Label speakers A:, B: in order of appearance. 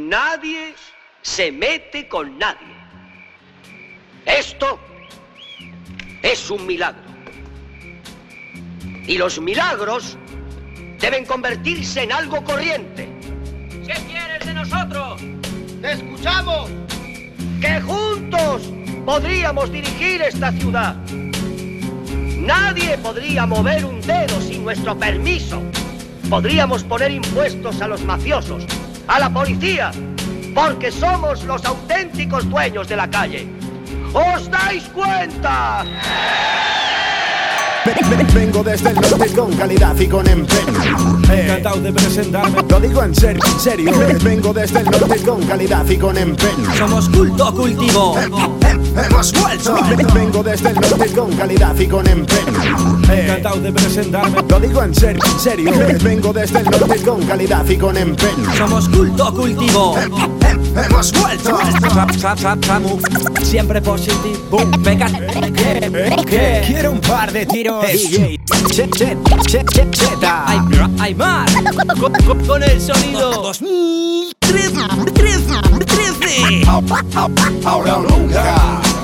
A: Nadie se mete con nadie. Esto es un milagro. Y los milagros deben convertirse en algo corriente.
B: ¿Qué quieres de nosotros?
C: ¡Te escuchamos!
A: Que juntos podríamos dirigir esta ciudad. Nadie podría mover un dedo sin nuestro permiso. Podríamos poner impuestos a los mafiosos, a la policía, porque somos los auténticos dueños de la calle. ¿Os dais cuenta?
D: Vengo desde el norte con calidad y con empeño. Eh,
E: Encantado de presentarme.
D: Lo digo en serio, en serio. Vengo desde el norte con calidad y con empeño. Eh,
B: Somos culto cultivo.
D: Hemos vuelto. Vengo desde el norte con calidad y con empeño. Eh,
E: Encantado de presentarme.
D: Lo digo en serio, en serio. Vengo desde el norte con calidad y con empeño.
B: Somos culto cultivo.
D: Hemos vuelto.
B: Siempre positivo. Venga.
E: Eh, Quiero un par de tiros.
D: DJ Z, Z, Z, Z,
B: Hay,
D: Z.
B: hay más. Con, con- con el sonido.
D: 2013. Ahora o nunca.